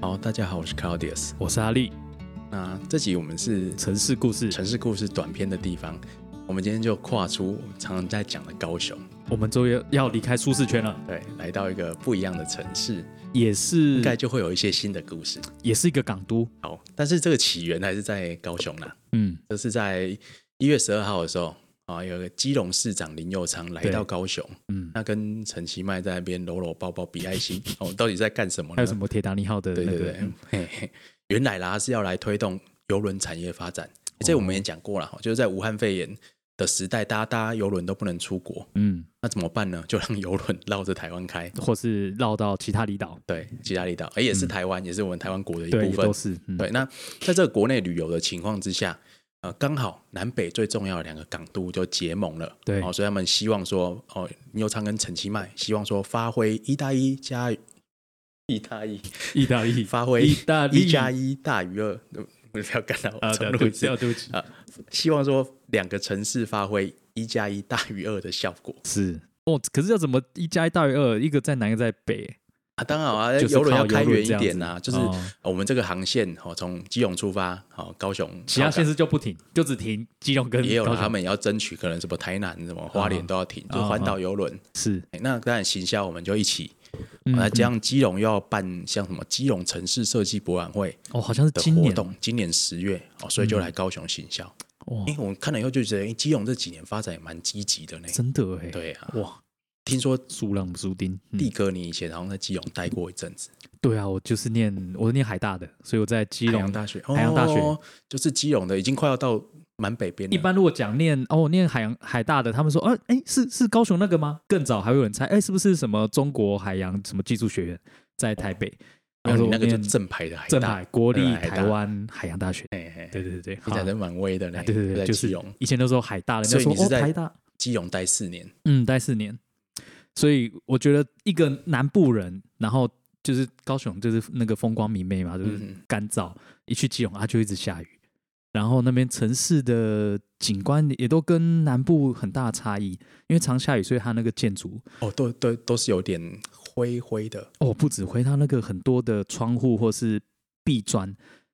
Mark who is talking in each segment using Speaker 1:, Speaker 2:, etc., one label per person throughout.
Speaker 1: 好，大家好，我是 Claudius。
Speaker 2: 我是阿力，
Speaker 1: 那这集我们是
Speaker 2: 城市故事，
Speaker 1: 城市故事短篇的地方，我们今天就跨出我们常常在讲的高雄，
Speaker 2: 我们终于要离开舒适圈了，
Speaker 1: 对，来到一个不一样的城市，
Speaker 2: 也是
Speaker 1: 应该就会有一些新的故事。
Speaker 2: 也是一个港都，
Speaker 1: 好，但是这个起源还是在高雄啦，
Speaker 2: 嗯，
Speaker 1: 这是在一月十二号的时候啊，有个基隆市长林佑昌来
Speaker 2: 对
Speaker 1: 到高雄，
Speaker 2: 嗯
Speaker 1: 那跟陈其迈在那边搂搂抱抱比爱心，哦，到底在干什么呢？
Speaker 2: 还有什么铁达尼号的
Speaker 1: 对
Speaker 2: 那
Speaker 1: 对
Speaker 2: 个，
Speaker 1: 对
Speaker 2: 嗯，
Speaker 1: 嘿嘿，原来啦是要来推动邮轮产业发展，
Speaker 2: 哦
Speaker 1: 这我们也讲过了哈，就是在武汉肺炎的时代，大家搭邮轮都不能出国，
Speaker 2: 嗯，
Speaker 1: 那怎么办呢？ 就让邮轮绕着台湾开，
Speaker 2: 或是绕到其他离岛，
Speaker 1: 对，吉拉里岛，哎，也是台湾，也是我们台湾国的一
Speaker 2: 嗯对，
Speaker 1: 部
Speaker 2: 也
Speaker 1: 分
Speaker 2: 都。是，嗯
Speaker 1: 对，那在这个国内旅游的情况之下，呃，刚好南北最重要的两个港都就结盟了，
Speaker 2: 对
Speaker 1: 哦，所以他们希望说，哦，牛昌跟陈其迈希望说发挥一大一加一大一。
Speaker 2: 意大利，
Speaker 1: 发挥
Speaker 2: 意大利
Speaker 1: 一加一大于二，呃不要干扰
Speaker 2: 啊，
Speaker 1: 我重
Speaker 2: 对
Speaker 1: 录
Speaker 2: 对
Speaker 1: 一次
Speaker 2: 对，。对不起，
Speaker 1: 希望说两个城市发挥一加一大于二的效果
Speaker 2: 是。哦，可是要怎么一加一大于二？一个在南，一个在北，
Speaker 1: 啊！当然 啊，
Speaker 2: 就是
Speaker 1: 游轮要
Speaker 2: 靠
Speaker 1: 开
Speaker 2: 邮轮
Speaker 1: 远一
Speaker 2: 这样
Speaker 1: 点
Speaker 2: 子
Speaker 1: 啊，就是
Speaker 2: 哦
Speaker 1: 我们这个航线哦，从基隆出发，哦，高雄，
Speaker 2: 其他
Speaker 1: 高
Speaker 2: 县
Speaker 1: 雄
Speaker 2: 市就不停，就只停基隆跟
Speaker 1: 也有
Speaker 2: 高
Speaker 1: 啦
Speaker 2: 雄
Speaker 1: 他们也要争取，可能什么台南、什么花莲
Speaker 2: 哦
Speaker 1: 都要停，就
Speaker 2: 哦
Speaker 1: 环岛游轮。
Speaker 2: 是，
Speaker 1: 哎那当然，行销我们就一起。
Speaker 2: 嗯
Speaker 1: 那这样，基隆又要办像什么基隆城市设计博览会
Speaker 2: 哦，好像是
Speaker 1: 的
Speaker 2: 今
Speaker 1: 活
Speaker 2: 年
Speaker 1: 动，今年十月哦，所以就来高雄行销。
Speaker 2: 哇
Speaker 1: 哎、，我看了以后就觉得，哎、基隆这几年发展也蛮积极的呢。
Speaker 2: 真的哎，
Speaker 1: 对啊，
Speaker 2: 哇，
Speaker 1: 听说
Speaker 2: 输浪不输丁，嗯
Speaker 1: 力哥你以前好像在基隆待过一阵子，
Speaker 2: 对啊，我就是念我是念海大的，所以我在基
Speaker 1: 海洋
Speaker 2: 隆
Speaker 1: 大学，
Speaker 2: 海洋大学
Speaker 1: 哦、就是基隆的，已经快要到蛮北边了。
Speaker 2: 一般如果讲念哦，念海洋海大的，他们说，哦、哎，是是高雄那个吗？更早还会有人猜，哎，是不是什么中国海洋什么技术学院在台北？
Speaker 1: 然哦后你那个就
Speaker 2: 我念
Speaker 1: 正牌的海
Speaker 2: 正
Speaker 1: 大
Speaker 2: 海，国
Speaker 1: 对
Speaker 2: 立
Speaker 1: 海大
Speaker 2: 台湾海洋大学。
Speaker 1: 嘿嘿
Speaker 2: 对对对对，
Speaker 1: 你
Speaker 2: 好
Speaker 1: 讲的蛮威的呢。
Speaker 2: 啊对对对，
Speaker 1: 在
Speaker 2: 就
Speaker 1: 基
Speaker 2: 是
Speaker 1: 隆，
Speaker 2: 以前都说海大的，
Speaker 1: 所以
Speaker 2: 人家
Speaker 1: 你是
Speaker 2: 说
Speaker 1: 在
Speaker 2: 哦台大，
Speaker 1: 基隆待四年，
Speaker 2: 嗯，待四年。所以我觉得一个南部人，然后就是高雄，就是那个风光明媚嘛，就是
Speaker 1: 嗯
Speaker 2: 干燥。一去基隆，它就一直下雨，然后那边城市的景观也都跟南部很大的差异，因为常下雨，所以它那个建筑
Speaker 1: 哦，都都都是有点灰灰的，
Speaker 2: 哦，不止灰，它那个很多的窗户或是壁砖，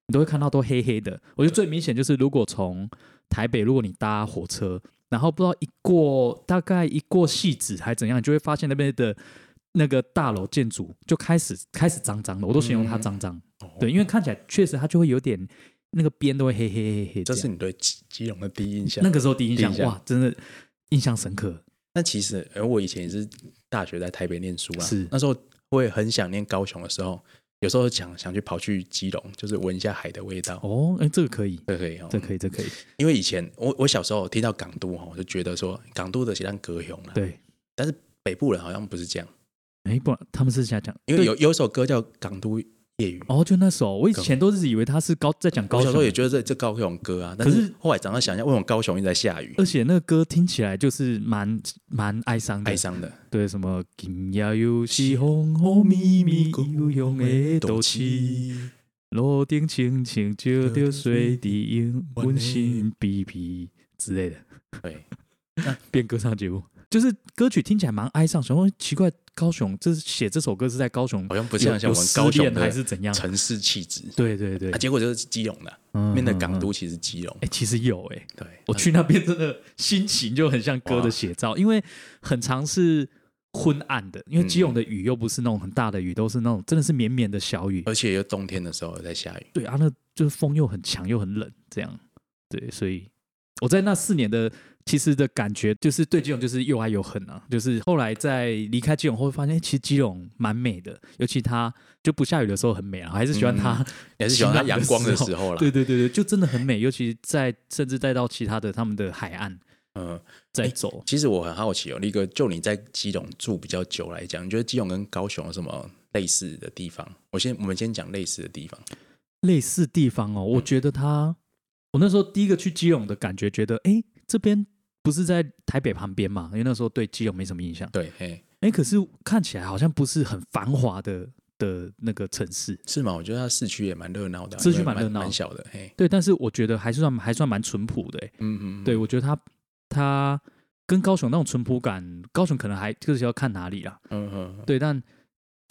Speaker 2: 你都会看到都黑黑的。我觉得最明显就是，如果从台北，如果你搭火车，然后不知道一过大概一过戏子还怎样，你就会发现那边的那个大楼建筑就开始开始脏脏的，我都形
Speaker 1: 嗯
Speaker 2: 容它脏脏。
Speaker 1: 哦
Speaker 2: 对，因为看起来确实它就会有点那个边都会黑黑黑黑这
Speaker 1: 这是
Speaker 2: 样。
Speaker 1: 你对基基隆的第一印象。
Speaker 2: 那个时候第一印象
Speaker 1: 第一印象
Speaker 2: 哇，真的印象深刻。
Speaker 1: 那其实，呃，我以前也是大学在台北念书啦，
Speaker 2: 是
Speaker 1: 那时候会很想念高雄的时候，有时候想想去跑去基隆，就是闻一下海的味道。
Speaker 2: 哦，哎，这个可以，
Speaker 1: 对可以哦，
Speaker 2: 这可以，这可以，
Speaker 1: 因为以前我我小时候听到港都哈，我就觉得说港都的写像歌咏了，
Speaker 2: 对。
Speaker 1: 北部人好像不是这样，
Speaker 2: 哎，不然他们是想讲，
Speaker 1: 因为
Speaker 2: 对
Speaker 1: 有有一首歌叫《港都夜雨》，
Speaker 2: 哦，就那首，我以前都是以为他是高在讲高
Speaker 1: 我小
Speaker 2: 雄
Speaker 1: 时候也觉得这这高雄歌啊，但
Speaker 2: 可
Speaker 1: 是
Speaker 2: 是
Speaker 1: 后来长大想一下，为什么高雄一直在下雨，
Speaker 2: 而且那个歌听起来就是蛮蛮哀伤的，
Speaker 1: 哀伤的。
Speaker 2: 对什么今夜又是风雨绵绵，悠扬的都市，路顶清清照着水滴映，阮心比比之类的，
Speaker 1: 对，
Speaker 2: 变歌唱节目，就是歌曲听起来蛮哀伤，想问奇怪，高雄这是写这首歌是在高雄，
Speaker 1: 好像不
Speaker 2: 不
Speaker 1: 像像我们高雄
Speaker 2: 还
Speaker 1: 的
Speaker 2: 是怎样？
Speaker 1: 城市气质，
Speaker 2: 对对对
Speaker 1: 啊，，结果就是基隆的，
Speaker 2: 嗯
Speaker 1: 面的港，
Speaker 2: 嗯嗯
Speaker 1: 都其实基隆
Speaker 2: 哎，，其实有哎，
Speaker 1: 对，
Speaker 2: 我去那边真的心情就很像歌的写照，因为很常是昏暗的，因为
Speaker 1: 嗯
Speaker 2: 基隆的雨又不是那种很大的雨，都是那种真的是绵绵的小雨。
Speaker 1: 而且又冬天的时候有在下雨，
Speaker 2: 对啊，那就是风又很强又很冷，这样对，所以我在那四年的其实的感觉就是对基隆就是又爱又恨啊，就是后来在离开基隆后发现，哎其实基隆蛮美的，尤其它就不下雨的时候很美啊，我还是喜欢它。
Speaker 1: 也嗯是喜欢它阳光的时
Speaker 2: 晴
Speaker 1: 候啦。
Speaker 2: 对对对对，就真的很美，尤其在甚至带到其他的他们的海岸
Speaker 1: 嗯，
Speaker 2: 再走。
Speaker 1: 其实我很好奇哦，力哥，就你在基隆住比较久来讲，你觉得基隆跟高雄有什么类似的地方？我先我们先讲类似的地方，
Speaker 2: 类似地方哦，我觉得它，我那时候第一个去基隆的感觉，觉得诶这边不是在台北旁边嘛，因为那时候对基隆没什么印象。
Speaker 1: 对，嘿，
Speaker 2: 诶，可是看起来好像不是很繁华的的那个城市，
Speaker 1: 是吗？我觉得它市区也蛮热闹的啊，
Speaker 2: 市区
Speaker 1: 因为蛮
Speaker 2: 蛮热闹
Speaker 1: 蛮小的，嘿，
Speaker 2: 对，但是我觉得还算还算蛮淳朴的诶。
Speaker 1: 嗯嗯，
Speaker 2: 对，我觉得它它跟高雄那种淳朴感，高雄可能还就是要看哪里啦，
Speaker 1: 嗯嗯，嗯
Speaker 2: 对，但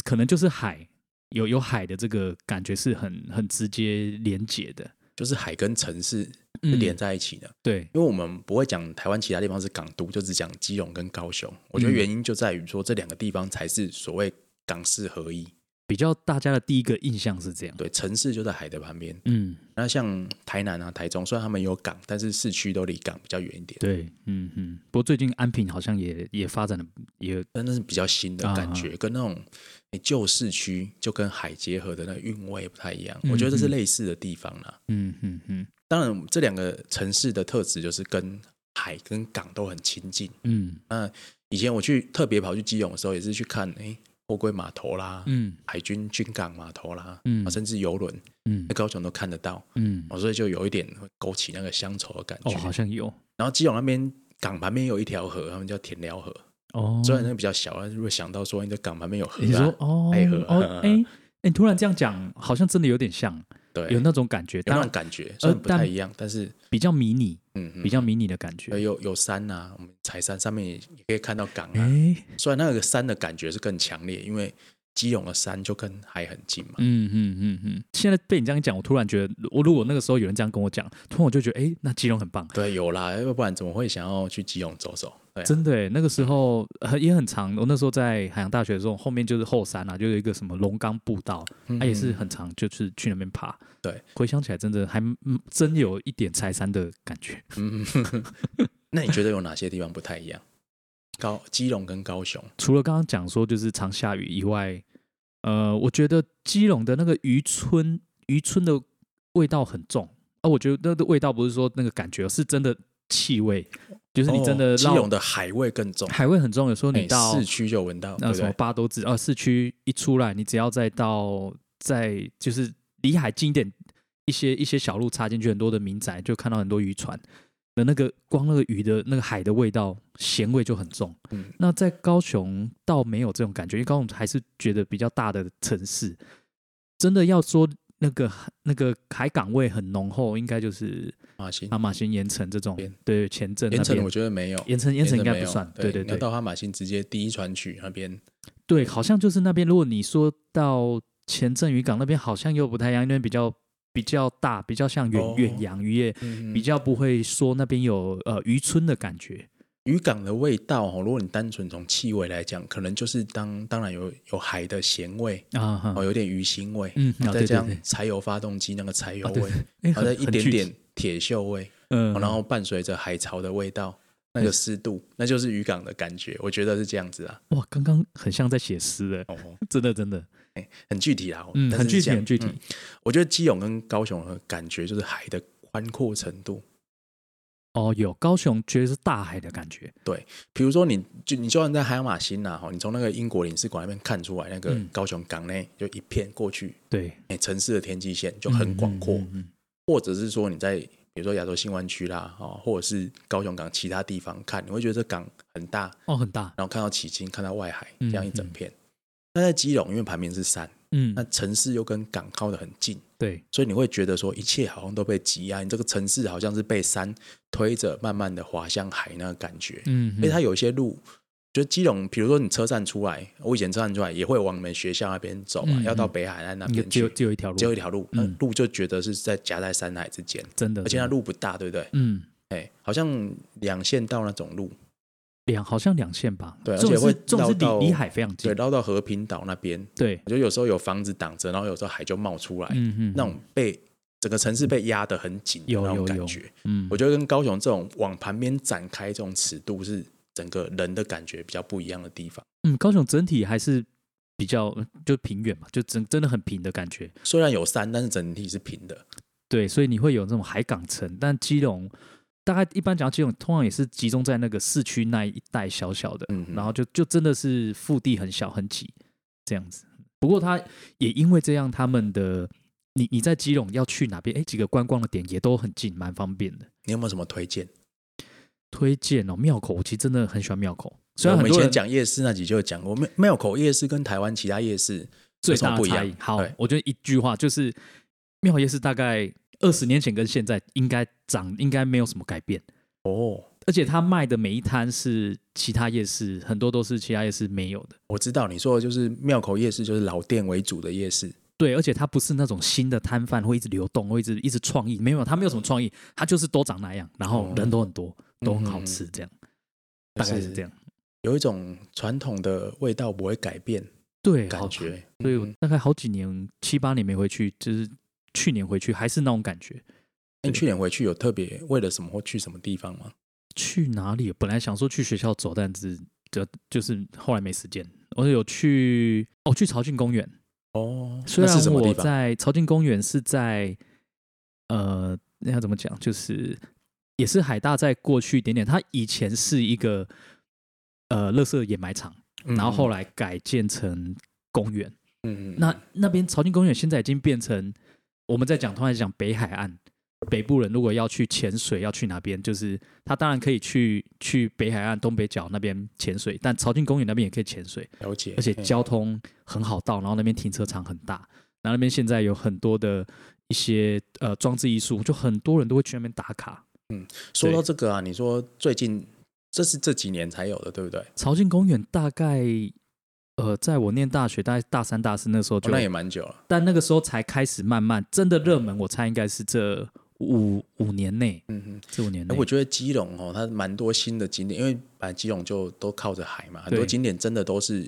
Speaker 2: 可能就是海，有有海的这个感觉是很很直接连接的，
Speaker 1: 就是海跟城市是
Speaker 2: 嗯
Speaker 1: 连在一起的。
Speaker 2: 对，
Speaker 1: 因为我们不会讲台湾其他地方是港都，就只讲基隆跟高雄。我觉得
Speaker 2: 嗯
Speaker 1: 原因就在于说这两个地方才是所谓港市合一，
Speaker 2: 比较大家的第一个印象是这样，
Speaker 1: 对，城市就在海的旁边。
Speaker 2: 嗯，
Speaker 1: 那像台南啊、台中，虽然他们有港，但是市区都离港比较远一点，
Speaker 2: 对，嗯嗯。不过最近安平好像也也发展的也
Speaker 1: 但那是比较新的感
Speaker 2: 啊
Speaker 1: 觉，跟那种诶旧市区就跟海结合的那个韵味不太一样。
Speaker 2: 嗯
Speaker 1: 我觉得这是类似的地方啦。
Speaker 2: 嗯嗯嗯
Speaker 1: 当然，这两个城市的特质就是跟海跟港都很亲近。
Speaker 2: 嗯
Speaker 1: 啊以前我去特别跑去基隆的时候，也是去看诶货柜码头啦，
Speaker 2: 嗯
Speaker 1: 海军军港码头啦，
Speaker 2: 嗯
Speaker 1: 啊甚至游轮，
Speaker 2: 嗯
Speaker 1: 在高雄都看得到，
Speaker 2: 嗯，
Speaker 1: 哎哦，所以就有一点会勾起那个乡愁的感觉。
Speaker 2: 哦，好像有
Speaker 1: 然后基隆那边港旁边有一条河，他们叫田寮河，
Speaker 2: 哦。
Speaker 1: 虽然那个比较小，但是如果想到说你在港旁边有河、啊，
Speaker 2: 你说哦
Speaker 1: 爱河
Speaker 2: 哦，哎、哎，你突然这样讲，好像真的有点像，
Speaker 1: 对，
Speaker 2: 有
Speaker 1: 有
Speaker 2: 那种感觉，当
Speaker 1: 那种
Speaker 2: 然
Speaker 1: 感觉，虽然不太一样，但是
Speaker 2: 比较迷你，
Speaker 1: 嗯嗯，
Speaker 2: 比较迷你的感
Speaker 1: 呃
Speaker 2: 觉。
Speaker 1: 有有山呐、啊，我们柴山上面也也可以看到港啊。
Speaker 2: 哎，
Speaker 1: 虽然那个山的感觉是更强烈，因为基隆的山就跟海很近嘛。
Speaker 2: 嗯嗯嗯嗯，现在被你这样讲，我突然觉得，我如果那个时候有人这样跟我讲，突然我就觉得，哎，那基隆很棒，
Speaker 1: 对，有啦，要不然怎么会想要去基隆走走？对啊、嗯
Speaker 2: 真的欸耶。那个时候、呃、也很长，我那时候在海洋大学的时候，后面就是后山啊，就有一个什么龙岗步道，
Speaker 1: 嗯
Speaker 2: 它、也是很长，就是去那边爬。
Speaker 1: 对，
Speaker 2: 回想起来，真的还嗯真有一点柴山的感觉。
Speaker 1: 嗯， 那你觉得有哪些地方不太一样？高基隆跟高雄，
Speaker 2: 除了刚刚讲说就是常下雨以外，呃，我觉得基隆的那个渔村渔村的味道很重啊，我觉得那个味道不是说那个感觉，是真的气味，就是你真的
Speaker 1: 哦基
Speaker 2: 绕
Speaker 1: 隆的海味更重，
Speaker 2: 海味很重，有时候
Speaker 1: 哎
Speaker 2: 你到、
Speaker 1: 市区就闻到，对
Speaker 2: 那
Speaker 1: 不
Speaker 2: 什么
Speaker 1: 对？
Speaker 2: 八斗子啊市区一出来，你只要再到在就是离海近一点一些一些小路插进去，很多的民宅就看到很多渔船的那个光那个鱼的那个海的味道咸味就很重。
Speaker 1: 嗯
Speaker 2: 那在高雄倒没有这种感觉，因为高雄还是觉得比较大的城市，真的要说那个那个海港味很浓厚，应该就是
Speaker 1: 马新
Speaker 2: 阿马新盐城这种
Speaker 1: 边
Speaker 2: 对前镇
Speaker 1: 嗯
Speaker 2: 那
Speaker 1: 盐城我
Speaker 2: 边。
Speaker 1: 觉得没有，
Speaker 2: 盐城盐城应该
Speaker 1: 没
Speaker 2: 不
Speaker 1: 有
Speaker 2: 算，对对
Speaker 1: 你要
Speaker 2: 对，
Speaker 1: 到哈马星直接第一船去那边，
Speaker 2: 对，好像就是那边。如果你说到前镇渔港那边，好像又不太一样，因为比较比较大，比较像远
Speaker 1: 哦
Speaker 2: 远洋渔业，
Speaker 1: 嗯
Speaker 2: 比较不会说那边有呃渔村的感觉。
Speaker 1: 渔港的味道哦。如果你单纯从气味来讲，可能就是当当然有有海的咸味
Speaker 2: 啊哈
Speaker 1: 哦，，有点鱼腥味，
Speaker 2: 嗯，啊
Speaker 1: 再
Speaker 2: 对对
Speaker 1: 加上
Speaker 2: 对，
Speaker 1: 柴油发动机那个柴油
Speaker 2: 啊对
Speaker 1: 味，
Speaker 2: 哎，
Speaker 1: 然后再
Speaker 2: 很
Speaker 1: 一
Speaker 2: 很
Speaker 1: 点
Speaker 2: 具
Speaker 1: 点
Speaker 2: 体，
Speaker 1: 铁锈味，
Speaker 2: 嗯，
Speaker 1: 然后伴随着海潮的味道，那个湿度，那就是渔港的感觉。我觉得是这样子啊，
Speaker 2: 哇，刚刚很像在写诗的，
Speaker 1: 哦，
Speaker 2: 真的真的，
Speaker 1: 很具体啦，哦
Speaker 2: 嗯，
Speaker 1: 但
Speaker 2: 很
Speaker 1: 是
Speaker 2: 具
Speaker 1: 是这
Speaker 2: 体
Speaker 1: 样
Speaker 2: 很具体，
Speaker 1: 嗯我觉得基隆跟高雄的感觉就是海的宽阔程度，
Speaker 2: 哦，有高雄觉得是大海的感觉，
Speaker 1: 比如说你，就你就算在海马星呐、啊，哈，你从那个英国领事馆那边看出来，那个
Speaker 2: 嗯
Speaker 1: 高雄港内就一片过去，
Speaker 2: 对，
Speaker 1: 哎、城市的天际线就很广阔，
Speaker 2: 嗯嗯嗯
Speaker 1: 或者是说你在比如说亚洲新湾区啦，哦，或者是高雄港其他地方看，你会觉得这港很大，
Speaker 2: 哦，很大，
Speaker 1: 然后看到旗津，看到外海，这
Speaker 2: 嗯
Speaker 1: 样一整片。那、在基隆，因为旁边是山，
Speaker 2: 嗯
Speaker 1: 那，城市又跟港靠得很近，
Speaker 2: 对，
Speaker 1: 所以你会觉得说一切好像都被挤压，你这个城市好像是被山推着慢慢的滑向海那个感觉。
Speaker 2: 嗯，
Speaker 1: 因为它有一些路，就基隆，比如说你车站出来，我以前车站出来也会往你们学校那边走嘛，
Speaker 2: 嗯
Speaker 1: 要到
Speaker 2: 嗯
Speaker 1: 北海岸那
Speaker 2: 嗯
Speaker 1: 边
Speaker 2: 只有
Speaker 1: 去，
Speaker 2: 只有一条路
Speaker 1: 只，有一条路，那
Speaker 2: 嗯
Speaker 1: 路就觉得是在夹在山海之间，
Speaker 2: 真的，
Speaker 1: 而且
Speaker 2: 真
Speaker 1: 那
Speaker 2: 的，
Speaker 1: 路不大，对不对？
Speaker 2: 嗯。
Speaker 1: 哎，好像两线道那种路，
Speaker 2: 两好像两线吧，
Speaker 1: 对而
Speaker 2: 重
Speaker 1: 且
Speaker 2: 点
Speaker 1: 会
Speaker 2: 是重点是
Speaker 1: 绕到
Speaker 2: 离离海非常
Speaker 1: 对，
Speaker 2: 近，
Speaker 1: 绕到和平岛那边，
Speaker 2: 对，
Speaker 1: 我觉得有时候有房子挡着，然后有时候海就冒出来，
Speaker 2: 嗯嗯，
Speaker 1: 哎那种被整个城市被压得很紧的
Speaker 2: 有
Speaker 1: 那种
Speaker 2: 有
Speaker 1: 感
Speaker 2: 有
Speaker 1: 觉，
Speaker 2: 嗯，
Speaker 1: 我觉得跟高雄这种往旁边展开这种尺度是整个人的感觉比较不一样的地方。
Speaker 2: 嗯，高雄整体还是比较就平原嘛，就真真的很平的感觉，
Speaker 1: 虽然有山，但是整体是平的。
Speaker 2: 对，所以你会有那种海港城，但基隆大概一般讲到基隆，通常也是集中在那个市区那一带小小的，
Speaker 1: 嗯哼
Speaker 2: 然后就就真的是腹地很小很挤这样子。不过他也因为这样，他们的你你在基隆要去哪边，哎，几个观光的点也都很近，蛮方便的。
Speaker 1: 你有没有什么推荐？
Speaker 2: 推荐哦，庙口，我其实真的很喜欢庙口，虽
Speaker 1: 我
Speaker 2: 然很
Speaker 1: 们以
Speaker 2: 多人
Speaker 1: 前讲夜市那集就有讲过，庙庙口夜市跟台湾其他夜市
Speaker 2: 最
Speaker 1: 有什么
Speaker 2: 大的
Speaker 1: 不一
Speaker 2: 差
Speaker 1: 样
Speaker 2: 异。好
Speaker 1: 对，
Speaker 2: 我觉得一句话就是，庙夜市大概二十年前跟现在应该长应该没有什么改变。
Speaker 1: 哦，
Speaker 2: 而且他卖的每一摊是其他夜市，很多都是其他夜市没有的。
Speaker 1: 我知道你说的就是庙口夜市，就是老店为主的夜市，
Speaker 2: 对，而且它不是那种新的摊贩会一直流动，会一直一直创意，没有，它没有什么创意，它就是都长那样，然后
Speaker 1: 哦
Speaker 2: 人都很多，都很好
Speaker 1: 嗯
Speaker 2: 吃，这样、
Speaker 1: 就
Speaker 2: 大概是这样。
Speaker 1: 有一种传统的味道不会改变
Speaker 2: 对，
Speaker 1: 感
Speaker 2: 好看
Speaker 1: 觉。
Speaker 2: 所以我
Speaker 1: 嗯
Speaker 2: 大概好几年，七八年没回去，就是去年回去还是那种感觉。
Speaker 1: 那你去年回去有特别为了什么或去什么地方吗？
Speaker 2: 去哪里？本来想说去学校走，但是就就是后来没时间。我有去哦，去朝庆公园。
Speaker 1: 哦，
Speaker 2: 虽
Speaker 1: 那
Speaker 2: 然
Speaker 1: 是什么
Speaker 2: 我
Speaker 1: 地方？
Speaker 2: 在朝庆公园是在呃，那要怎么讲？就是也是海大在过去一点点，它以前是一个呃，垃圾掩埋场，
Speaker 1: 嗯
Speaker 2: 然后后，来改建成公园。
Speaker 1: 嗯嗯，
Speaker 2: 那那边朝庆公园现在已经变成我们在讲，通常讲北海岸，北部人如果要去潜水，要去哪边？就是他当然可以去去北海岸东北角那边潜水，但朝庆公园那边也可以潜水，
Speaker 1: 了解，
Speaker 2: 而且
Speaker 1: 嘿
Speaker 2: 交通很好到，然后那边停车场很大，然后那边现在有很多的一些呃装置艺术，就很多人都会去那边打卡。
Speaker 1: 说
Speaker 2: 对
Speaker 1: 到这个啊，你说最近这是这几年才有的，对不对？哦
Speaker 2: 朝庆公园大概呃，在我念大学，大概大三大四那时候
Speaker 1: 哦
Speaker 2: 就嗯
Speaker 1: 那也蛮久了，
Speaker 2: 但那个时候才开始慢慢真的热门，我猜应该是这五五年内，
Speaker 1: 嗯嗯。
Speaker 2: 这五年
Speaker 1: 哎
Speaker 2: 内，
Speaker 1: 我觉得基隆哦，它蛮多新的景点，因为本来基隆就都靠着海嘛，很多
Speaker 2: 对
Speaker 1: 景点真的都是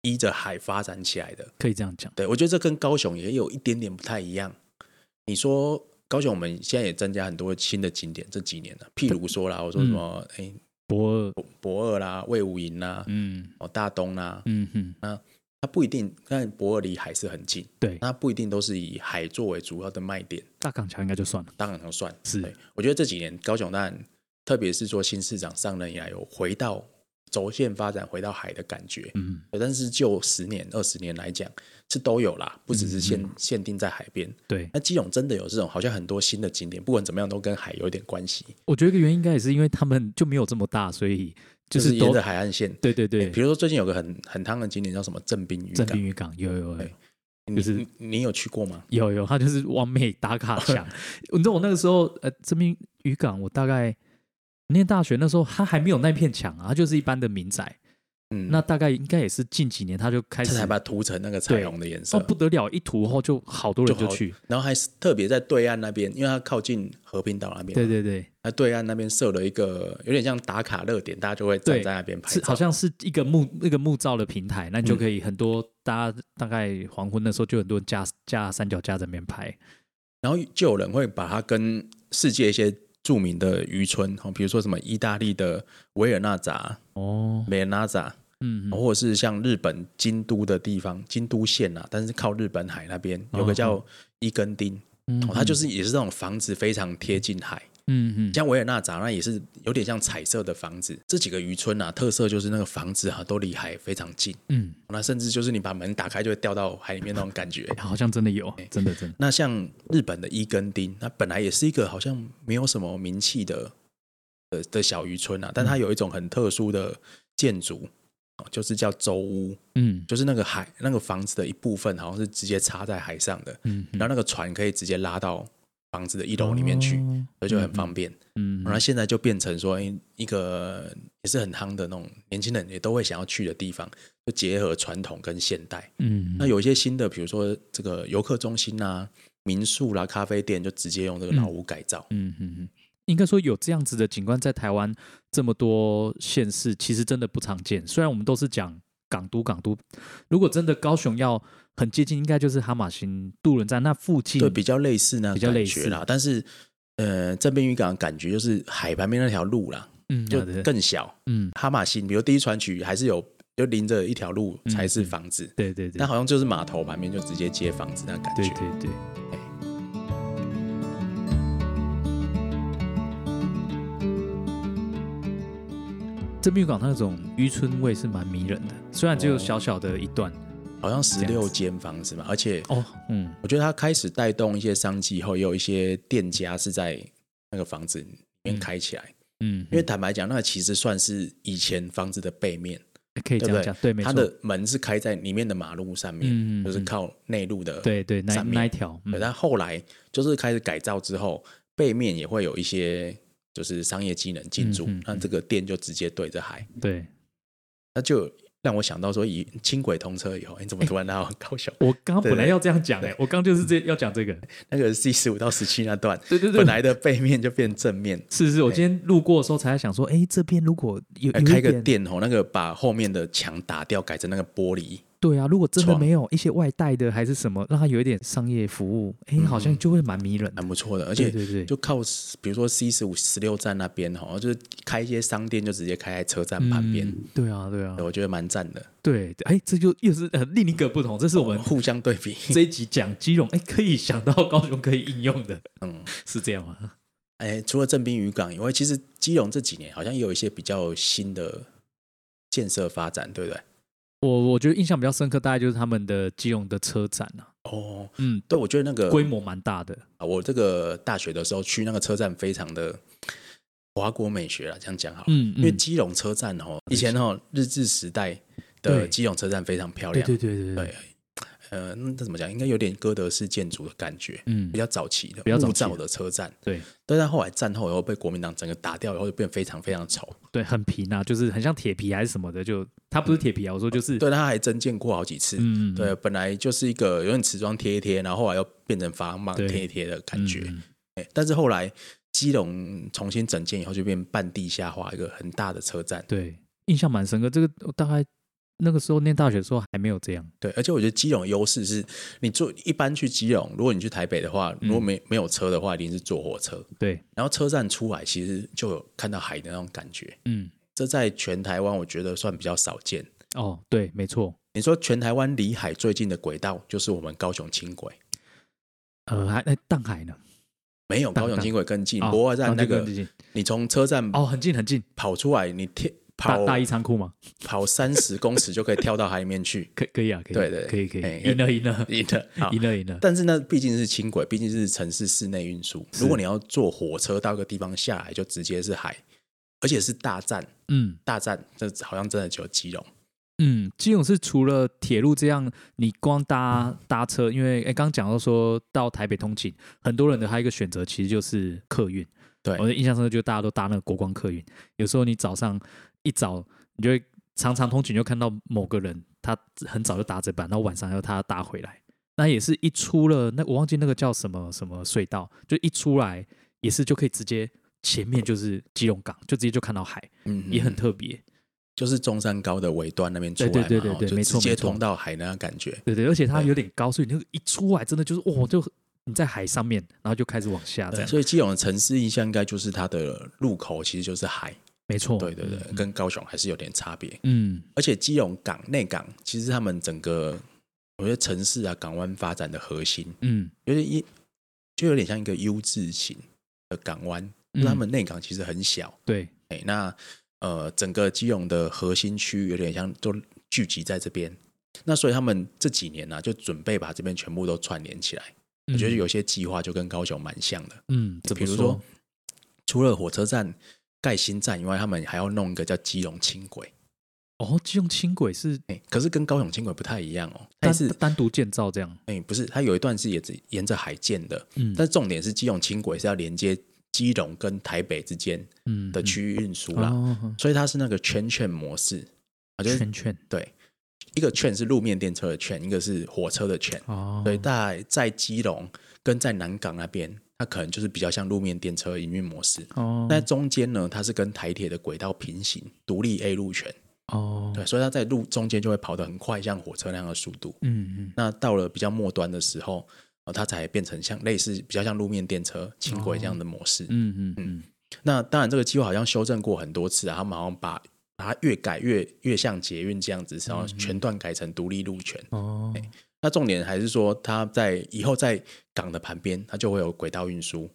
Speaker 1: 依着海发展起来的。
Speaker 2: 可以这样讲，
Speaker 1: 对，我觉得这跟高雄也有一点点不太一样。你说高雄，我们现在也增加很多新的景点，这几年了、啊譬如说啦，我
Speaker 2: 嗯
Speaker 1: 说什么，哎、
Speaker 2: 博尔，
Speaker 1: 博尔啦、魏武营啦、
Speaker 2: 嗯
Speaker 1: 哦大东啦，
Speaker 2: 嗯哼，
Speaker 1: 它不一定，但博尔离海是很近，
Speaker 2: 对，
Speaker 1: 它不一定都是以海作为主要的卖点，
Speaker 2: 大港桥应该就算了，
Speaker 1: 当然能算。
Speaker 2: 是
Speaker 1: 对，我觉得这几年高雄当然，特别是说新市长上任以来，有回到轴线发展，回到海的感觉。
Speaker 2: 嗯，
Speaker 1: 对但是就十年、二十年来讲，是都有啦，不只是限、
Speaker 2: 嗯嗯
Speaker 1: 限定在海边。
Speaker 2: 对，
Speaker 1: 那基隆真的有这种，好像很多新的景点，不管怎么样都跟海有一点关系，
Speaker 2: 我觉得一个原因应该也是因为他们就没有这么大，所以
Speaker 1: 就
Speaker 2: 就是
Speaker 1: 是沿
Speaker 2: 都
Speaker 1: 着海哎岸线。
Speaker 2: 对对对
Speaker 1: 诶比，如说最近有个很很夯的景点叫什么正滨渔
Speaker 2: 正
Speaker 1: 港
Speaker 2: 滨，渔港有有有
Speaker 1: 对。你
Speaker 2: 就是
Speaker 1: 你你有去过吗？
Speaker 2: 有有，他就是完美 打卡墙。你知道我那个时候，呃，这边渔港，我大概念大学那时候，他还没有那片墙啊，它就是一般的民宅。
Speaker 1: 嗯，
Speaker 2: 那大概应该也是近几年，他就开
Speaker 1: 这
Speaker 2: 始
Speaker 1: 才把它涂成那个彩
Speaker 2: 对
Speaker 1: 虹的颜色。
Speaker 2: 哦不得了，一涂后就好多人
Speaker 1: 就
Speaker 2: 就
Speaker 1: 好
Speaker 2: 去，
Speaker 1: 然后还是特别在对岸那边，因为它靠近和平岛那边，
Speaker 2: 对，对对，
Speaker 1: 它对岸那边设了一个有点像打卡热点，大家就会站
Speaker 2: 对
Speaker 1: 在那边拍
Speaker 2: 是
Speaker 1: 照。嗯
Speaker 2: 好像是一个木那个木造的平台，那你就可以很多、大家大概黄昏的时候就很多人架架三脚架在那边拍，
Speaker 1: 然后就有人会把它跟世界一些著名的渔村，哦，比如说什么意大利的维尔纳扎、
Speaker 2: 哦，
Speaker 1: 梅纳扎，哦
Speaker 2: 嗯，嗯
Speaker 1: 或者是像日本京都的地方，京都县啊，但是靠日本海那边有
Speaker 2: 哦
Speaker 1: 个叫伊根町，
Speaker 2: 嗯
Speaker 1: 哦，它就是也是那种房子非常贴近海，
Speaker 2: 嗯嗯，
Speaker 1: 像维也纳杂那也是有点像彩色的房子。这几个渔村啊，特色就是那个房子啊都离海非常近，
Speaker 2: 嗯，
Speaker 1: 那甚至就是你把门打开就会掉到海里面那种感觉。
Speaker 2: 好像真的有，真 的真的，
Speaker 1: 那像日本的伊根町，那本来也是一个好像没有什么名气的的的小渔村啊，但它有一种很特殊的建筑，哦就是叫舟屋。
Speaker 2: 嗯
Speaker 1: 就是那个海那个房子的一部分，好像是直接插在海上的，
Speaker 2: 嗯，
Speaker 1: 然后那个船可以直接拉到房子的一楼里面去，
Speaker 2: 哦
Speaker 1: 所以就很方便。
Speaker 2: 嗯，
Speaker 1: 然后现在就变成说，哎一个也是很夯的那种年轻人也都会想要去的地方，就结合传统跟现代。
Speaker 2: 嗯，
Speaker 1: 那有一些新的，比如说这个游客中心啊、民宿啦、咖啡店，就直接用这个老屋改造。
Speaker 2: 嗯嗯嗯，应该说有这样子的景观在台湾这么多县市，其实真的不常见。虽然我们都是讲港都港都，如果真的高雄要很接近，应该就是哈马星渡轮站那附近。
Speaker 1: 对，比较类似那
Speaker 2: 嗯比较
Speaker 1: 感
Speaker 2: 类
Speaker 1: 觉
Speaker 2: 似
Speaker 1: 啦，但是。呃，这边渔港的感觉就是海旁边那条路啦，
Speaker 2: 嗯，
Speaker 1: 就
Speaker 2: 好的
Speaker 1: 更小，
Speaker 2: 嗯，
Speaker 1: 哈马星，比如第一船区还是有，就临着一条路
Speaker 2: 嗯
Speaker 1: 才是房子，
Speaker 2: 对对对
Speaker 1: 但，好像就是码头旁边就直接接房子那感觉。
Speaker 2: 对对哎对。这边渔港它那种渔村味是蛮迷人的，虽然只有
Speaker 1: 哦
Speaker 2: 小小的一段
Speaker 1: 好像十
Speaker 2: 这样
Speaker 1: 六
Speaker 2: 子
Speaker 1: 间房子嘛，而且
Speaker 2: 哦，嗯，
Speaker 1: 我觉得它开始带动一些商机以后，也有一些店家是在那个房子里面开起来。
Speaker 2: 嗯，
Speaker 1: 因为坦白讲，那其实算是以前房子的背面，
Speaker 2: 可以这
Speaker 1: 对不
Speaker 2: 样讲，对，没
Speaker 1: 它
Speaker 2: 错，
Speaker 1: 的门是开在里面的马路上面，
Speaker 2: 嗯嗯
Speaker 1: 就是
Speaker 2: 嗯
Speaker 1: 靠内陆的。
Speaker 2: 对对，那
Speaker 1: 上面
Speaker 2: 那一条，嗯
Speaker 1: 对，但后来就是开始改造之后，背面也会有一些。就是商业机能进驻，
Speaker 2: 嗯嗯嗯
Speaker 1: 那这个店就直接对着海，
Speaker 2: 对
Speaker 1: 那就让我想到说，以轻轨通车以后，你哎怎么突然到高雄？
Speaker 2: 我刚刚本来
Speaker 1: 对
Speaker 2: 要这样讲哎、我刚就是这要讲这个，
Speaker 1: 那个 C 十五到十七那段，
Speaker 2: 对对对
Speaker 1: 本，来的背面就变正面，
Speaker 2: 是是，我今天路过的时候才在想说，哎，这边如果有
Speaker 1: 哎
Speaker 2: 有一
Speaker 1: 开个
Speaker 2: 点
Speaker 1: 店哦，那个把后面的墙打掉，改成那个玻璃，
Speaker 2: 对啊，如果真的
Speaker 1: 窗
Speaker 2: 没有一些外带的还是什么，让它有一点商业服务，哎，好像就会蛮迷人的。
Speaker 1: 蛮不错的。而
Speaker 2: 对
Speaker 1: 且
Speaker 2: 对对，
Speaker 1: 就靠比如说 C 十五十六站那边哈，就是开一些商店，就直接开在车站旁边，
Speaker 2: 嗯对啊对啊
Speaker 1: 对我觉得蛮赞的。
Speaker 2: 对，哎，这就又是呃另一个不同，这是我们
Speaker 1: 互相对比，
Speaker 2: 这一集讲基隆，哎，可以想到高雄可以应用的，
Speaker 1: 嗯，
Speaker 2: 是这样吗？
Speaker 1: 哎，除了正滨渔港以外，其实基隆这几年好像也有一些比较新的建设发展，对不对？
Speaker 2: 我我觉得印象比较深刻，大概就是他们的基隆的车展啊，
Speaker 1: 哦，
Speaker 2: 嗯，
Speaker 1: 对，我觉得那个啊
Speaker 2: 规模蛮大的，
Speaker 1: 我这个大学的时候去那个车站，非常的华国美学了，这样讲好了。
Speaker 2: 嗯，
Speaker 1: 因为
Speaker 2: 嗯
Speaker 1: 基隆车站哦，以前哦日治时代的
Speaker 2: 对
Speaker 1: 基隆车站非常漂
Speaker 2: 对
Speaker 1: 亮，
Speaker 2: 对对对
Speaker 1: 对，呃，那怎么讲？应该有点哥德式建筑的感觉，
Speaker 2: 嗯
Speaker 1: 比，较早期的
Speaker 2: 比较早
Speaker 1: 木
Speaker 2: 期的
Speaker 1: 造的车站。
Speaker 2: 对
Speaker 1: 但是后来战后以后被国民党整个打掉以后，就变非常非常丑。
Speaker 2: 对，很平啊，就是很像铁皮还是什么的，就它不是铁皮啊，我说就是，
Speaker 1: 嗯对，他还真建过好几次。
Speaker 2: 嗯，嗯，
Speaker 1: 对，本来就是一个有点瓷砖贴一贴，然后后来又变成砝码
Speaker 2: 对
Speaker 1: 贴一贴的感
Speaker 2: 嗯
Speaker 1: 觉。
Speaker 2: 嗯
Speaker 1: 哎但是后来基隆重新整建以后，就变半地下化一个很大的车站。
Speaker 2: 对，印象蛮深刻。这个我大概那个时候念大学的时候还没有这样。
Speaker 1: 对，而且我觉得基隆的优势是，你坐一般去基隆，如果你去台北的话，如
Speaker 2: 嗯
Speaker 1: 果没、没有车的话，一定是坐火车。
Speaker 2: 对，
Speaker 1: 然后车站出来，其实就有看到海的那种感觉，
Speaker 2: 嗯，
Speaker 1: 这在全台湾我觉得算比较少见。
Speaker 2: 哦，对，没错。
Speaker 1: 你说全台湾离海最近的轨道就是我们高雄轻轨，
Speaker 2: 呃，还哎，淡海呢？
Speaker 1: 没有
Speaker 2: 当
Speaker 1: 高雄轻轨更近，
Speaker 2: 啊哦
Speaker 1: 博爱站
Speaker 2: 当
Speaker 1: 那
Speaker 2: 地
Speaker 1: 个
Speaker 2: 更，近
Speaker 1: 你从车站
Speaker 2: 哦，很近很近，
Speaker 1: 跑出来，你跳
Speaker 2: 大
Speaker 1: 跑
Speaker 2: 大一仓库嘛，，
Speaker 1: 跑三十公尺就可以跳到海里面去
Speaker 2: 可可以啊，可以，
Speaker 1: 对对
Speaker 2: 可以可
Speaker 1: 哎
Speaker 2: 以，赢了赢了
Speaker 1: 你的好
Speaker 2: 赢了赢了，
Speaker 1: 但是那毕竟是轻轨，毕竟是城市室内运输。
Speaker 2: 是
Speaker 1: 如果你要坐火车到一个地方下来，就直接是海，而且是大站，
Speaker 2: 嗯
Speaker 1: 大站这好像真的只有基隆。
Speaker 2: 嗯，基隆是除了铁路这样，你光搭
Speaker 1: 嗯
Speaker 2: 搭车，因为哎，刚刚讲到说到台北通勤，很多人的还有一个选择其实就是客运。
Speaker 1: 对
Speaker 2: 我的印象深刻就是大家都搭那个国光客运，有时候你早上一早，你就会常常通勤就看到某个人，他很早就搭这班，然后晚上要他搭回来，那也是一出了那我忘记那个叫什么什么隧道，就一出来也是就可以直接前面就是基隆港，就直接就看到海，
Speaker 1: 嗯
Speaker 2: 也很特别。
Speaker 1: 就是中山高的尾端那边出来嘛，哦
Speaker 2: 对对对对对
Speaker 1: 就
Speaker 2: 没
Speaker 1: 直
Speaker 2: 错
Speaker 1: 接
Speaker 2: 没错
Speaker 1: 通到海那样感觉。
Speaker 2: 对对，而且它
Speaker 1: 对
Speaker 2: 有点高，所以你那个一出来真的就是哇，就你在海上面，然后就开始往下啊这
Speaker 1: 对
Speaker 2: 样。
Speaker 1: 所以基隆的城市印象应该就是它的入口其实就是海，
Speaker 2: 没错，
Speaker 1: 对对对，
Speaker 2: 嗯
Speaker 1: 跟高雄还是有点差别。
Speaker 2: 嗯
Speaker 1: 而且基隆港内港其实他们整个我觉得城市啊港湾发展的核心，
Speaker 2: 嗯，
Speaker 1: 有点一就有点像一个 U 字形的港湾，
Speaker 2: 嗯
Speaker 1: 他们内港其实很小，
Speaker 2: 对
Speaker 1: 哎、那呃整个基隆的核心区有点像都聚集在这边，那所以他们这几年呢、啊就准备把这边全部都串联起来，我觉得有些计划就跟高雄蛮像的，
Speaker 2: 嗯，怎
Speaker 1: 比
Speaker 2: 么
Speaker 1: 如说除了火车站盖新站以外，他们还要弄一个叫基隆轻轨。
Speaker 2: 哦，就用轻轨是
Speaker 1: 哎，可是跟高雄轻轨不太一样哦，
Speaker 2: 单
Speaker 1: 但是
Speaker 2: 单独建造这样，
Speaker 1: 哎，不是，它有一段是也是沿着海建的，
Speaker 2: 嗯
Speaker 1: 但重点是基隆轻轨是要连接基隆跟台北之间
Speaker 2: 嗯
Speaker 1: 的区域运输啦，
Speaker 2: 哦
Speaker 1: 所以它是那个圈圈模式啊，就是
Speaker 2: 圈圈
Speaker 1: 对，一个券是路面电车的券，一个是火车的券，
Speaker 2: 哦，
Speaker 1: 所以在在基隆跟在南港那边，它可能就是比较像路面电车营运模式。
Speaker 2: 哦，
Speaker 1: 那中间呢，它是跟台铁的轨道平行，独立 A 路权，
Speaker 2: 哦，
Speaker 1: 对，所以它在路中间就会跑得很快，像火车那样的速度。
Speaker 2: 嗯嗯
Speaker 1: 那到了比较末端的时候，呃它才变成像类似比较像路面电车、轻轨这样的模式。
Speaker 2: 嗯嗯嗯，
Speaker 1: 那当然，这个计划好像修正过很多次啊，他们好像把把它越改越越像捷运这样子，然后全段改成独立路权。
Speaker 2: 哦，
Speaker 1: 那重点还是说，它在以后在港的旁边，它就会有轨道运输，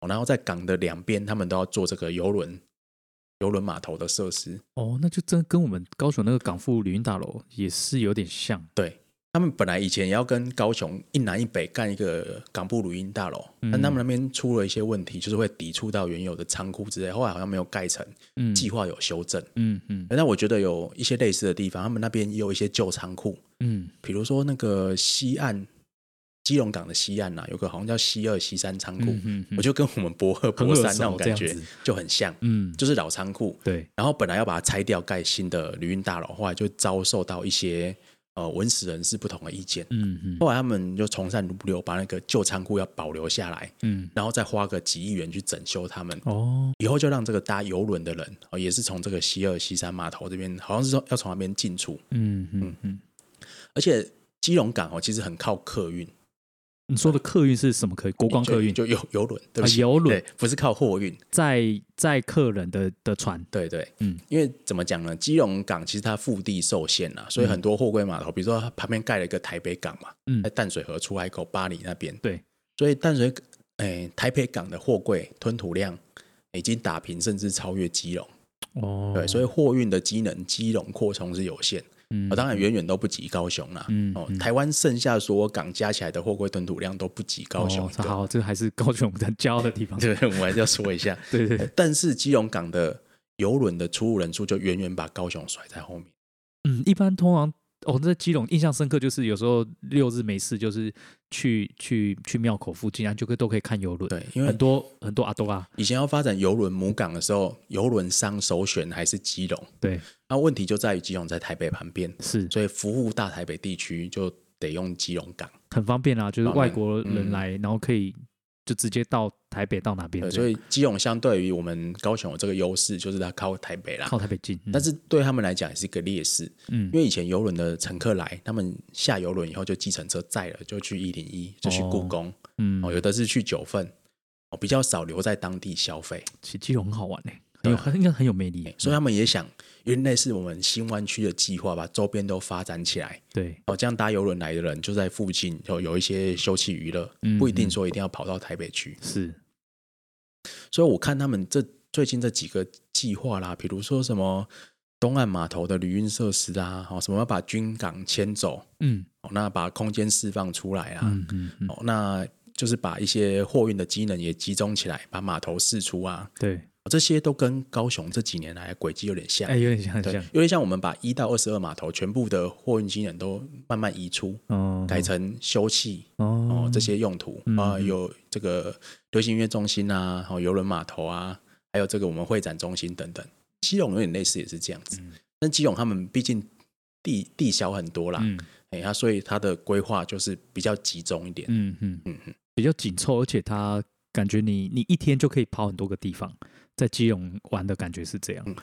Speaker 1: 哦然后在港的两边，他们都要做这个游轮游轮码头的设施。
Speaker 2: 哦，那就真跟我们高雄那个港富旅运大楼也是有点像，
Speaker 1: 对他们本来以前也要跟高雄一南一北干一个港埠乳音大楼，
Speaker 2: 嗯
Speaker 1: 但他们那边出了一些问题，就是会抵触到原有的仓库之类，后来好像没有盖成，
Speaker 2: 嗯
Speaker 1: 计划有修正。
Speaker 2: 嗯嗯
Speaker 1: 那我觉得有一些类似的地方，他们那边也有一些旧仓库，
Speaker 2: 嗯，
Speaker 1: 比如说那个西岸基隆港的西岸呐、啊有个好像叫西二、西三仓库，
Speaker 2: 嗯
Speaker 1: 我
Speaker 2: 嗯
Speaker 1: 就跟我们博二、博
Speaker 2: 很耳
Speaker 1: 三那种
Speaker 2: 熟
Speaker 1: 感
Speaker 2: 这
Speaker 1: 觉
Speaker 2: 样子
Speaker 1: 就很像，
Speaker 2: 嗯，
Speaker 1: 就是老仓库。
Speaker 2: 对，
Speaker 1: 然后本来要把它拆掉盖新的旅运大楼，后来就遭受到一些呃文史人士不同的意见。
Speaker 2: 嗯嗯
Speaker 1: 后来他们就从善如流，把那个旧仓库要保留下来，
Speaker 2: 嗯，
Speaker 1: 然后再花个几亿元去整修他们。
Speaker 2: 哦，
Speaker 1: 以后就让这个搭游轮的人，哦，也是从这个西二、西三码头这边，好像是说要从那边进出。
Speaker 2: 嗯嗯嗯，
Speaker 1: 而且基隆港哦，其实很靠客运，
Speaker 2: 你说的客运是什么客运？国光客运
Speaker 1: 就就游游轮，对不起，
Speaker 2: 啊游轮
Speaker 1: 对，不是靠货运，
Speaker 2: 载载客人的的船，
Speaker 1: 对对，
Speaker 2: 嗯，
Speaker 1: 因为怎么讲呢？基隆港其实它腹地受限啊，所以很多货柜码头，比如说它旁边盖了一个台北港嘛，
Speaker 2: 嗯
Speaker 1: 在淡水河出海口巴黎那边，
Speaker 2: 对，
Speaker 1: 所以淡水，哎，台北港的货柜吞吐量已经打平甚至超越基隆，
Speaker 2: 哦，
Speaker 1: 对，所以货运的机能基隆扩充是有限，
Speaker 2: 嗯
Speaker 1: 啊，当然远远都不及高雄啦。
Speaker 2: 嗯
Speaker 1: 哦，
Speaker 2: 嗯
Speaker 1: 台湾剩下所有港加起来的货柜吞吐量都不及高雄
Speaker 2: 哦
Speaker 1: 一个，
Speaker 2: 好，这还是高雄很骄傲的地方，
Speaker 1: 对，我们还是要说一 下。
Speaker 2: 对对对，
Speaker 1: 但是基隆港的游轮的出入人数就远远把高雄甩在后面。
Speaker 2: 嗯，一般通常哦，在基隆印象深刻就是有时候六日没事就是去去去庙口附近啊，就可以都可以看游轮，
Speaker 1: 对，因为
Speaker 2: 很多很多阿多啊，
Speaker 1: 以前要发展游轮母港的时候，游轮商首选还是基隆。
Speaker 2: 对，
Speaker 1: 那问题就在于基隆在台北旁边，
Speaker 2: 是
Speaker 1: 所以服务大台北地区就得用基隆港。
Speaker 2: 很方便啊，就是
Speaker 1: 方便
Speaker 2: 外国人来，然后可以就直接到台北到哪边
Speaker 1: 嗯对，
Speaker 2: 这
Speaker 1: 所
Speaker 2: 样，
Speaker 1: 以基隆相对于我们高雄有这个优势，就是它靠台北啦。
Speaker 2: 靠台北近，嗯
Speaker 1: 但是对他们来讲也是一个劣势，
Speaker 2: 嗯
Speaker 1: 因为以前游轮的乘客来，他们下游轮以后就计程车载了，就去一零一，就去故宫，
Speaker 2: 嗯
Speaker 1: 哦，有的是去九份，哦，比较少留在当地消费，
Speaker 2: 其实基隆很好玩呢、很有很应该很有魅力、
Speaker 1: 啊所以他们也想，因为类似我们新湾区的计划，把周边都发展起来，
Speaker 2: 对，
Speaker 1: 哦，这样搭游轮来的人就在附近有有一些休憩娱乐
Speaker 2: 嗯，
Speaker 1: 不一定说一定要跑到台北去，
Speaker 2: 是，
Speaker 1: 所以我看他们这最近这几个计划啦，比如说什么东岸码头的旅运设施啊，哦，什么要把军港迁走。
Speaker 2: 嗯
Speaker 1: 哦，那把空间释放出来啊，
Speaker 2: 嗯嗯嗯，
Speaker 1: 哦，那就是把一些货运的机能也集中起来，把码头释出啊，
Speaker 2: 对，
Speaker 1: 哦这些都跟高雄这几年来的轨迹有点像，
Speaker 2: 哎、有点像很
Speaker 1: 对，
Speaker 2: 像，
Speaker 1: 有点像我们把一到二十二码头全部的货运机能都慢慢移出，
Speaker 2: 嗯，
Speaker 1: 改成休憩
Speaker 2: 哦
Speaker 1: 哦这些用途
Speaker 2: 嗯
Speaker 1: 啊、
Speaker 2: 嗯
Speaker 1: 有这个流行音乐中心啊，哦游轮码头啊，还有这个我们会展中心等等，基隆有点类似也是这样
Speaker 2: 嗯
Speaker 1: 子，但基隆他们毕竟地地小很多啦，
Speaker 2: 嗯
Speaker 1: 哎，它所以它的规划就是比较集中一点。
Speaker 2: 嗯嗯嗯
Speaker 1: 嗯
Speaker 2: 嗯，比较紧凑，而且它感觉你你一天就可以跑很多个地方，在基隆玩的感觉是这样，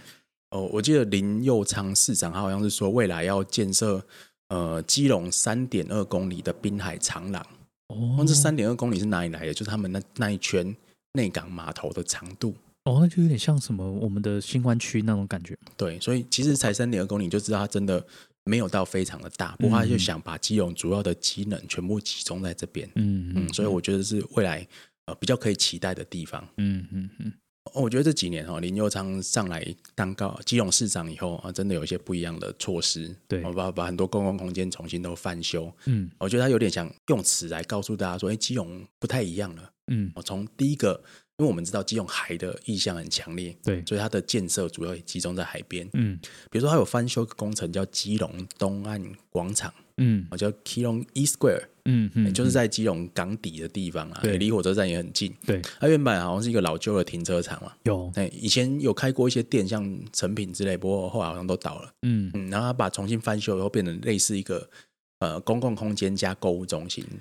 Speaker 1: 哦，我记得林佑昌市长他好像是说，未来要建设呃基隆三点二公里的滨海长廊。
Speaker 2: 哦
Speaker 1: 那这三点二公里是哪里来的？就是他们那那一圈内港码头的长度。
Speaker 2: 哦，那就有点像什么我们的新湾区那种感觉，
Speaker 1: 对，所以其实才三点二公里，就知道它真的没有到非常的
Speaker 2: 嗯
Speaker 1: 大。不过他就想把基隆主要的机能全部集中在这边。
Speaker 2: 嗯
Speaker 1: 嗯，所以我觉得是未来呃比较可以期待的地方。
Speaker 2: 嗯嗯嗯，
Speaker 1: 哦，我觉得这几年哈、哦，林佑昌上来当高基隆市长以后啊，真的有一些不一样的措施，
Speaker 2: 对
Speaker 1: 哦把把很多公共空间重新都翻修。
Speaker 2: 嗯
Speaker 1: 我觉得他有点想用词来告诉大家说，哎，基隆不太一样了。
Speaker 2: 嗯，
Speaker 1: 哦，从第一个，因为我们知道基隆海的意向很强烈，
Speaker 2: 对，
Speaker 1: 所以它的建设主要也集中在海边。
Speaker 2: 嗯
Speaker 1: 比如说，它有翻修一个工程叫基隆东岸广场，
Speaker 2: 嗯
Speaker 1: 哦，叫 k i l o n E Square，、
Speaker 2: 嗯嗯，
Speaker 1: 就是在基隆港底的地方啊，
Speaker 2: 对
Speaker 1: 离火车站也很近。
Speaker 2: 对
Speaker 1: 它原本好像是一个老旧的停车场嘛，
Speaker 2: 有，
Speaker 1: 哎，以前有开过一些店，像成品之类，不过后来好像都倒了。
Speaker 2: 嗯
Speaker 1: 嗯，然后它把重新翻修以后，变成类似一个呃公共空间加购物中心的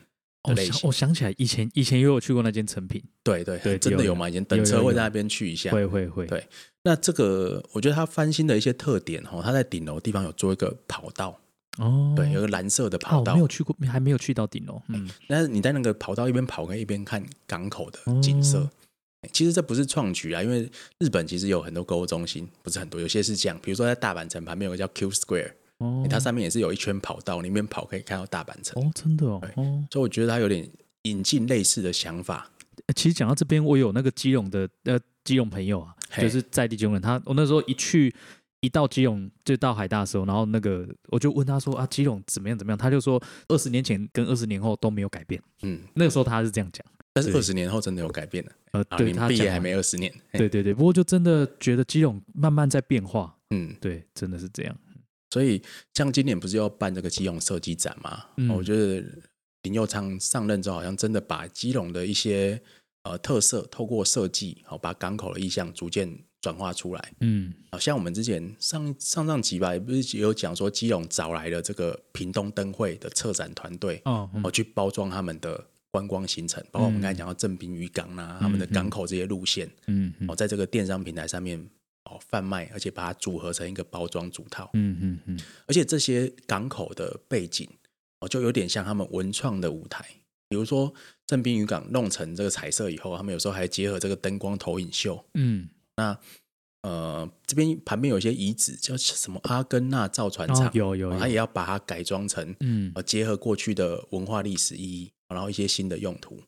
Speaker 2: 我
Speaker 1: 类
Speaker 2: 想
Speaker 1: 型。
Speaker 2: 我想起来，以前以前也有去过那间成品，
Speaker 1: 对对，
Speaker 2: 哦对
Speaker 1: 真的有吗？以前等车
Speaker 2: 有有
Speaker 1: 会在那边去一下。
Speaker 2: 会会会，
Speaker 1: 对那这个我觉得它翻新的一些特点哦，它在顶楼地方有做一个跑道，
Speaker 2: 哦，
Speaker 1: 对，有个蓝色的
Speaker 2: 啊，
Speaker 1: 跑
Speaker 2: 我
Speaker 1: 道。哎
Speaker 2: 没有去过，还没有去到顶楼，嗯，
Speaker 1: 但是你在那个跑道一边跑，可以一边看港口的景色。
Speaker 2: 哦
Speaker 1: 其实这不是创举啊，因为日本其实有很多购物中心，不是很多，有些是这样，比如说在大阪城旁边有个叫 Q Square，、
Speaker 2: 哦，
Speaker 1: 它哎上面也是有一圈跑道，里面跑可以看到大阪城。
Speaker 2: 哦，真的哦
Speaker 1: 对，
Speaker 2: 哦，
Speaker 1: 所以我觉得他有点引进类似的想法。
Speaker 2: 欸其实讲到这边，我有那个基隆的呃基隆朋友啊，
Speaker 1: 嘿
Speaker 2: 就是在地基隆人，他我那时候一去一到基隆就到海大的时候，然后那个我就问他说啊，基隆怎么样怎么样？他就说二十年前跟二十年后都没有改变。
Speaker 1: 嗯，
Speaker 2: 那个时候他是这样讲，
Speaker 1: 但是
Speaker 2: 对
Speaker 1: 二十年后真的有改变了。
Speaker 2: 呃，
Speaker 1: 啊，
Speaker 2: 对
Speaker 1: 你
Speaker 2: 他
Speaker 1: 毕
Speaker 2: 讲
Speaker 1: 业还
Speaker 2: 完
Speaker 1: 没二十年。嘿
Speaker 2: 对对对，不过就真的觉得基隆慢慢在变化，
Speaker 1: 嗯，
Speaker 2: 对，真的是这样，
Speaker 1: 所以像今年不是要办这个基隆设计展嘛？
Speaker 2: 嗯
Speaker 1: 我觉得林佑昌上任之后，好像真的把基隆的一些呃特色，透过设计，好、把港口的意象逐渐转化出来。
Speaker 2: 嗯
Speaker 1: 好像我们之前上上上集吧，也不是也有讲说基隆找来了这个屏东灯会的策展团队，
Speaker 2: 哦嗯
Speaker 1: 哦，去包装他们的观光行程，包括我们刚才讲到正滨渔港啊，他们的港口这些路线，
Speaker 2: 嗯嗯
Speaker 1: 哦，在这个电商平台上面哦贩卖，而且把它组合成一个包装主套，
Speaker 2: 嗯嗯嗯
Speaker 1: 而且这些港口的背景哦，就有点像他们文创的舞台。比如说正滨渔港弄成这个彩色以后，他们有时候还结合这个灯光投影秀。
Speaker 2: 嗯，
Speaker 1: 呃，这边旁边有一些遗址叫什么阿根纳造船
Speaker 2: 然
Speaker 1: 厂，
Speaker 2: 后有有
Speaker 1: 哦它
Speaker 2: 有
Speaker 1: 也要把它改装成
Speaker 2: 嗯
Speaker 1: 呃，结合过去的文化历史意义，然后一些新的用途。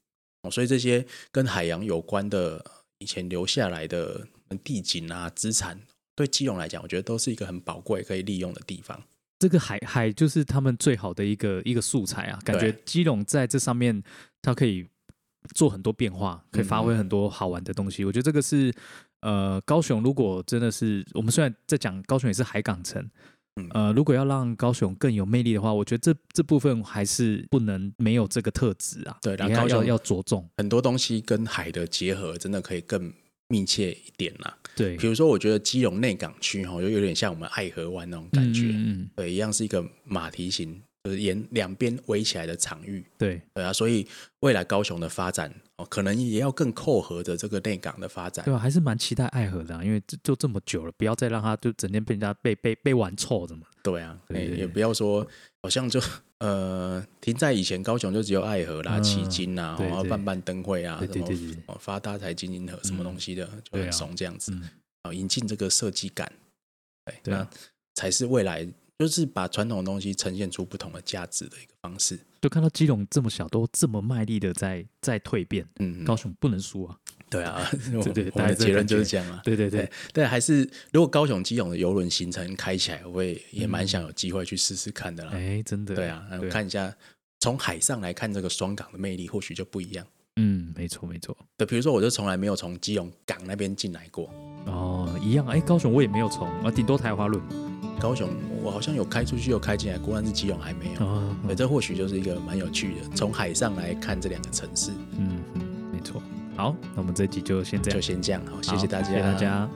Speaker 1: 哦所以这些跟海洋有关的呃以前留下来的呃地景啊、资产，对基隆来讲，我觉得都是一个很宝贵可以利用的地方。
Speaker 2: 这个海海就是他们最好的一个一个素材啊，感觉
Speaker 1: 对
Speaker 2: 基隆在这上面它可以做很多变化，可以发
Speaker 1: 嗯
Speaker 2: 挥很多好玩的东西。我觉得这个是呃，高雄如果真的是我们虽然在讲高雄也是海港城
Speaker 1: 嗯。
Speaker 2: 呃，如果要让高雄更有魅力的话，我觉得这这部分还是不能没有这个特质啊。
Speaker 1: 对然后
Speaker 2: 你要
Speaker 1: 高雄
Speaker 2: 要要着重。
Speaker 1: 很多东西跟海的结合，真的可以更密切一点啦、
Speaker 2: 对，
Speaker 1: 比如说，我觉得基隆内港区哈、哦，就有点像我们爱河湾那种感觉，
Speaker 2: 嗯，嗯嗯
Speaker 1: 对，一样是一个马蹄形，就是沿两边围起来的场域。
Speaker 2: 对，
Speaker 1: 对啊，所以未来高雄的发展哦，可能也要更扣合着这个内港的发展
Speaker 2: 对。啊，还是蛮期待爱河的、啊，因为就就这么久了，不要再让他就整天被人家被被被玩臭怎么？
Speaker 1: 对啊，
Speaker 2: 对
Speaker 1: 哎
Speaker 2: 对
Speaker 1: 也不要说好像就 呃停在以前高雄就只有爱河啦、
Speaker 2: 嗯
Speaker 1: 旗津啦，
Speaker 2: 对
Speaker 1: 然后
Speaker 2: 对
Speaker 1: 办办灯会啊，
Speaker 2: 对
Speaker 1: 什
Speaker 2: 对
Speaker 1: 么
Speaker 2: 对对，
Speaker 1: 哦发大财金银河什么东西的，就
Speaker 2: 对啊
Speaker 1: 很怂这样子。
Speaker 2: 嗯，
Speaker 1: 啊，引进这个设计感，对，
Speaker 2: 对啊
Speaker 1: 那才是未来就是把传统的东西呈现出不同的价值的一个方式。
Speaker 2: 就看到基隆这么小都这么卖力的在在蜕变，
Speaker 1: 嗯，
Speaker 2: 高雄不能输啊！
Speaker 1: 对啊， 我
Speaker 2: 对
Speaker 1: 我
Speaker 2: 大
Speaker 1: 们
Speaker 2: 概
Speaker 1: 的
Speaker 2: 这个
Speaker 1: 结论
Speaker 2: 感觉
Speaker 1: 就是这样啊。
Speaker 2: 对对对
Speaker 1: 对，但还是如果高雄基隆的游轮行程开起来，我也也蛮想有机会去试试看的啦。
Speaker 2: 嗯哎，真的，
Speaker 1: 对啊，那看一下从海上来看这个双港的魅力，或许就不一样。
Speaker 2: 嗯，没错没错，
Speaker 1: 对，比如说我就从来没有从基隆港那边进来过，
Speaker 2: 哦，一样，哎，高雄我也没有从，啊，顶多台华轮
Speaker 1: 高雄我好像有开出去又开进来，果然是基隆还没有。
Speaker 2: 哦，
Speaker 1: 对，这或许就是一个蛮有趣的，从海上来看这两个城市。
Speaker 2: 嗯嗯，没错。好，那我们这集就先这
Speaker 1: 就
Speaker 2: 样，
Speaker 1: 啊先这样，好，谢
Speaker 2: 好
Speaker 1: 谢大家，
Speaker 2: 谢谢大。家。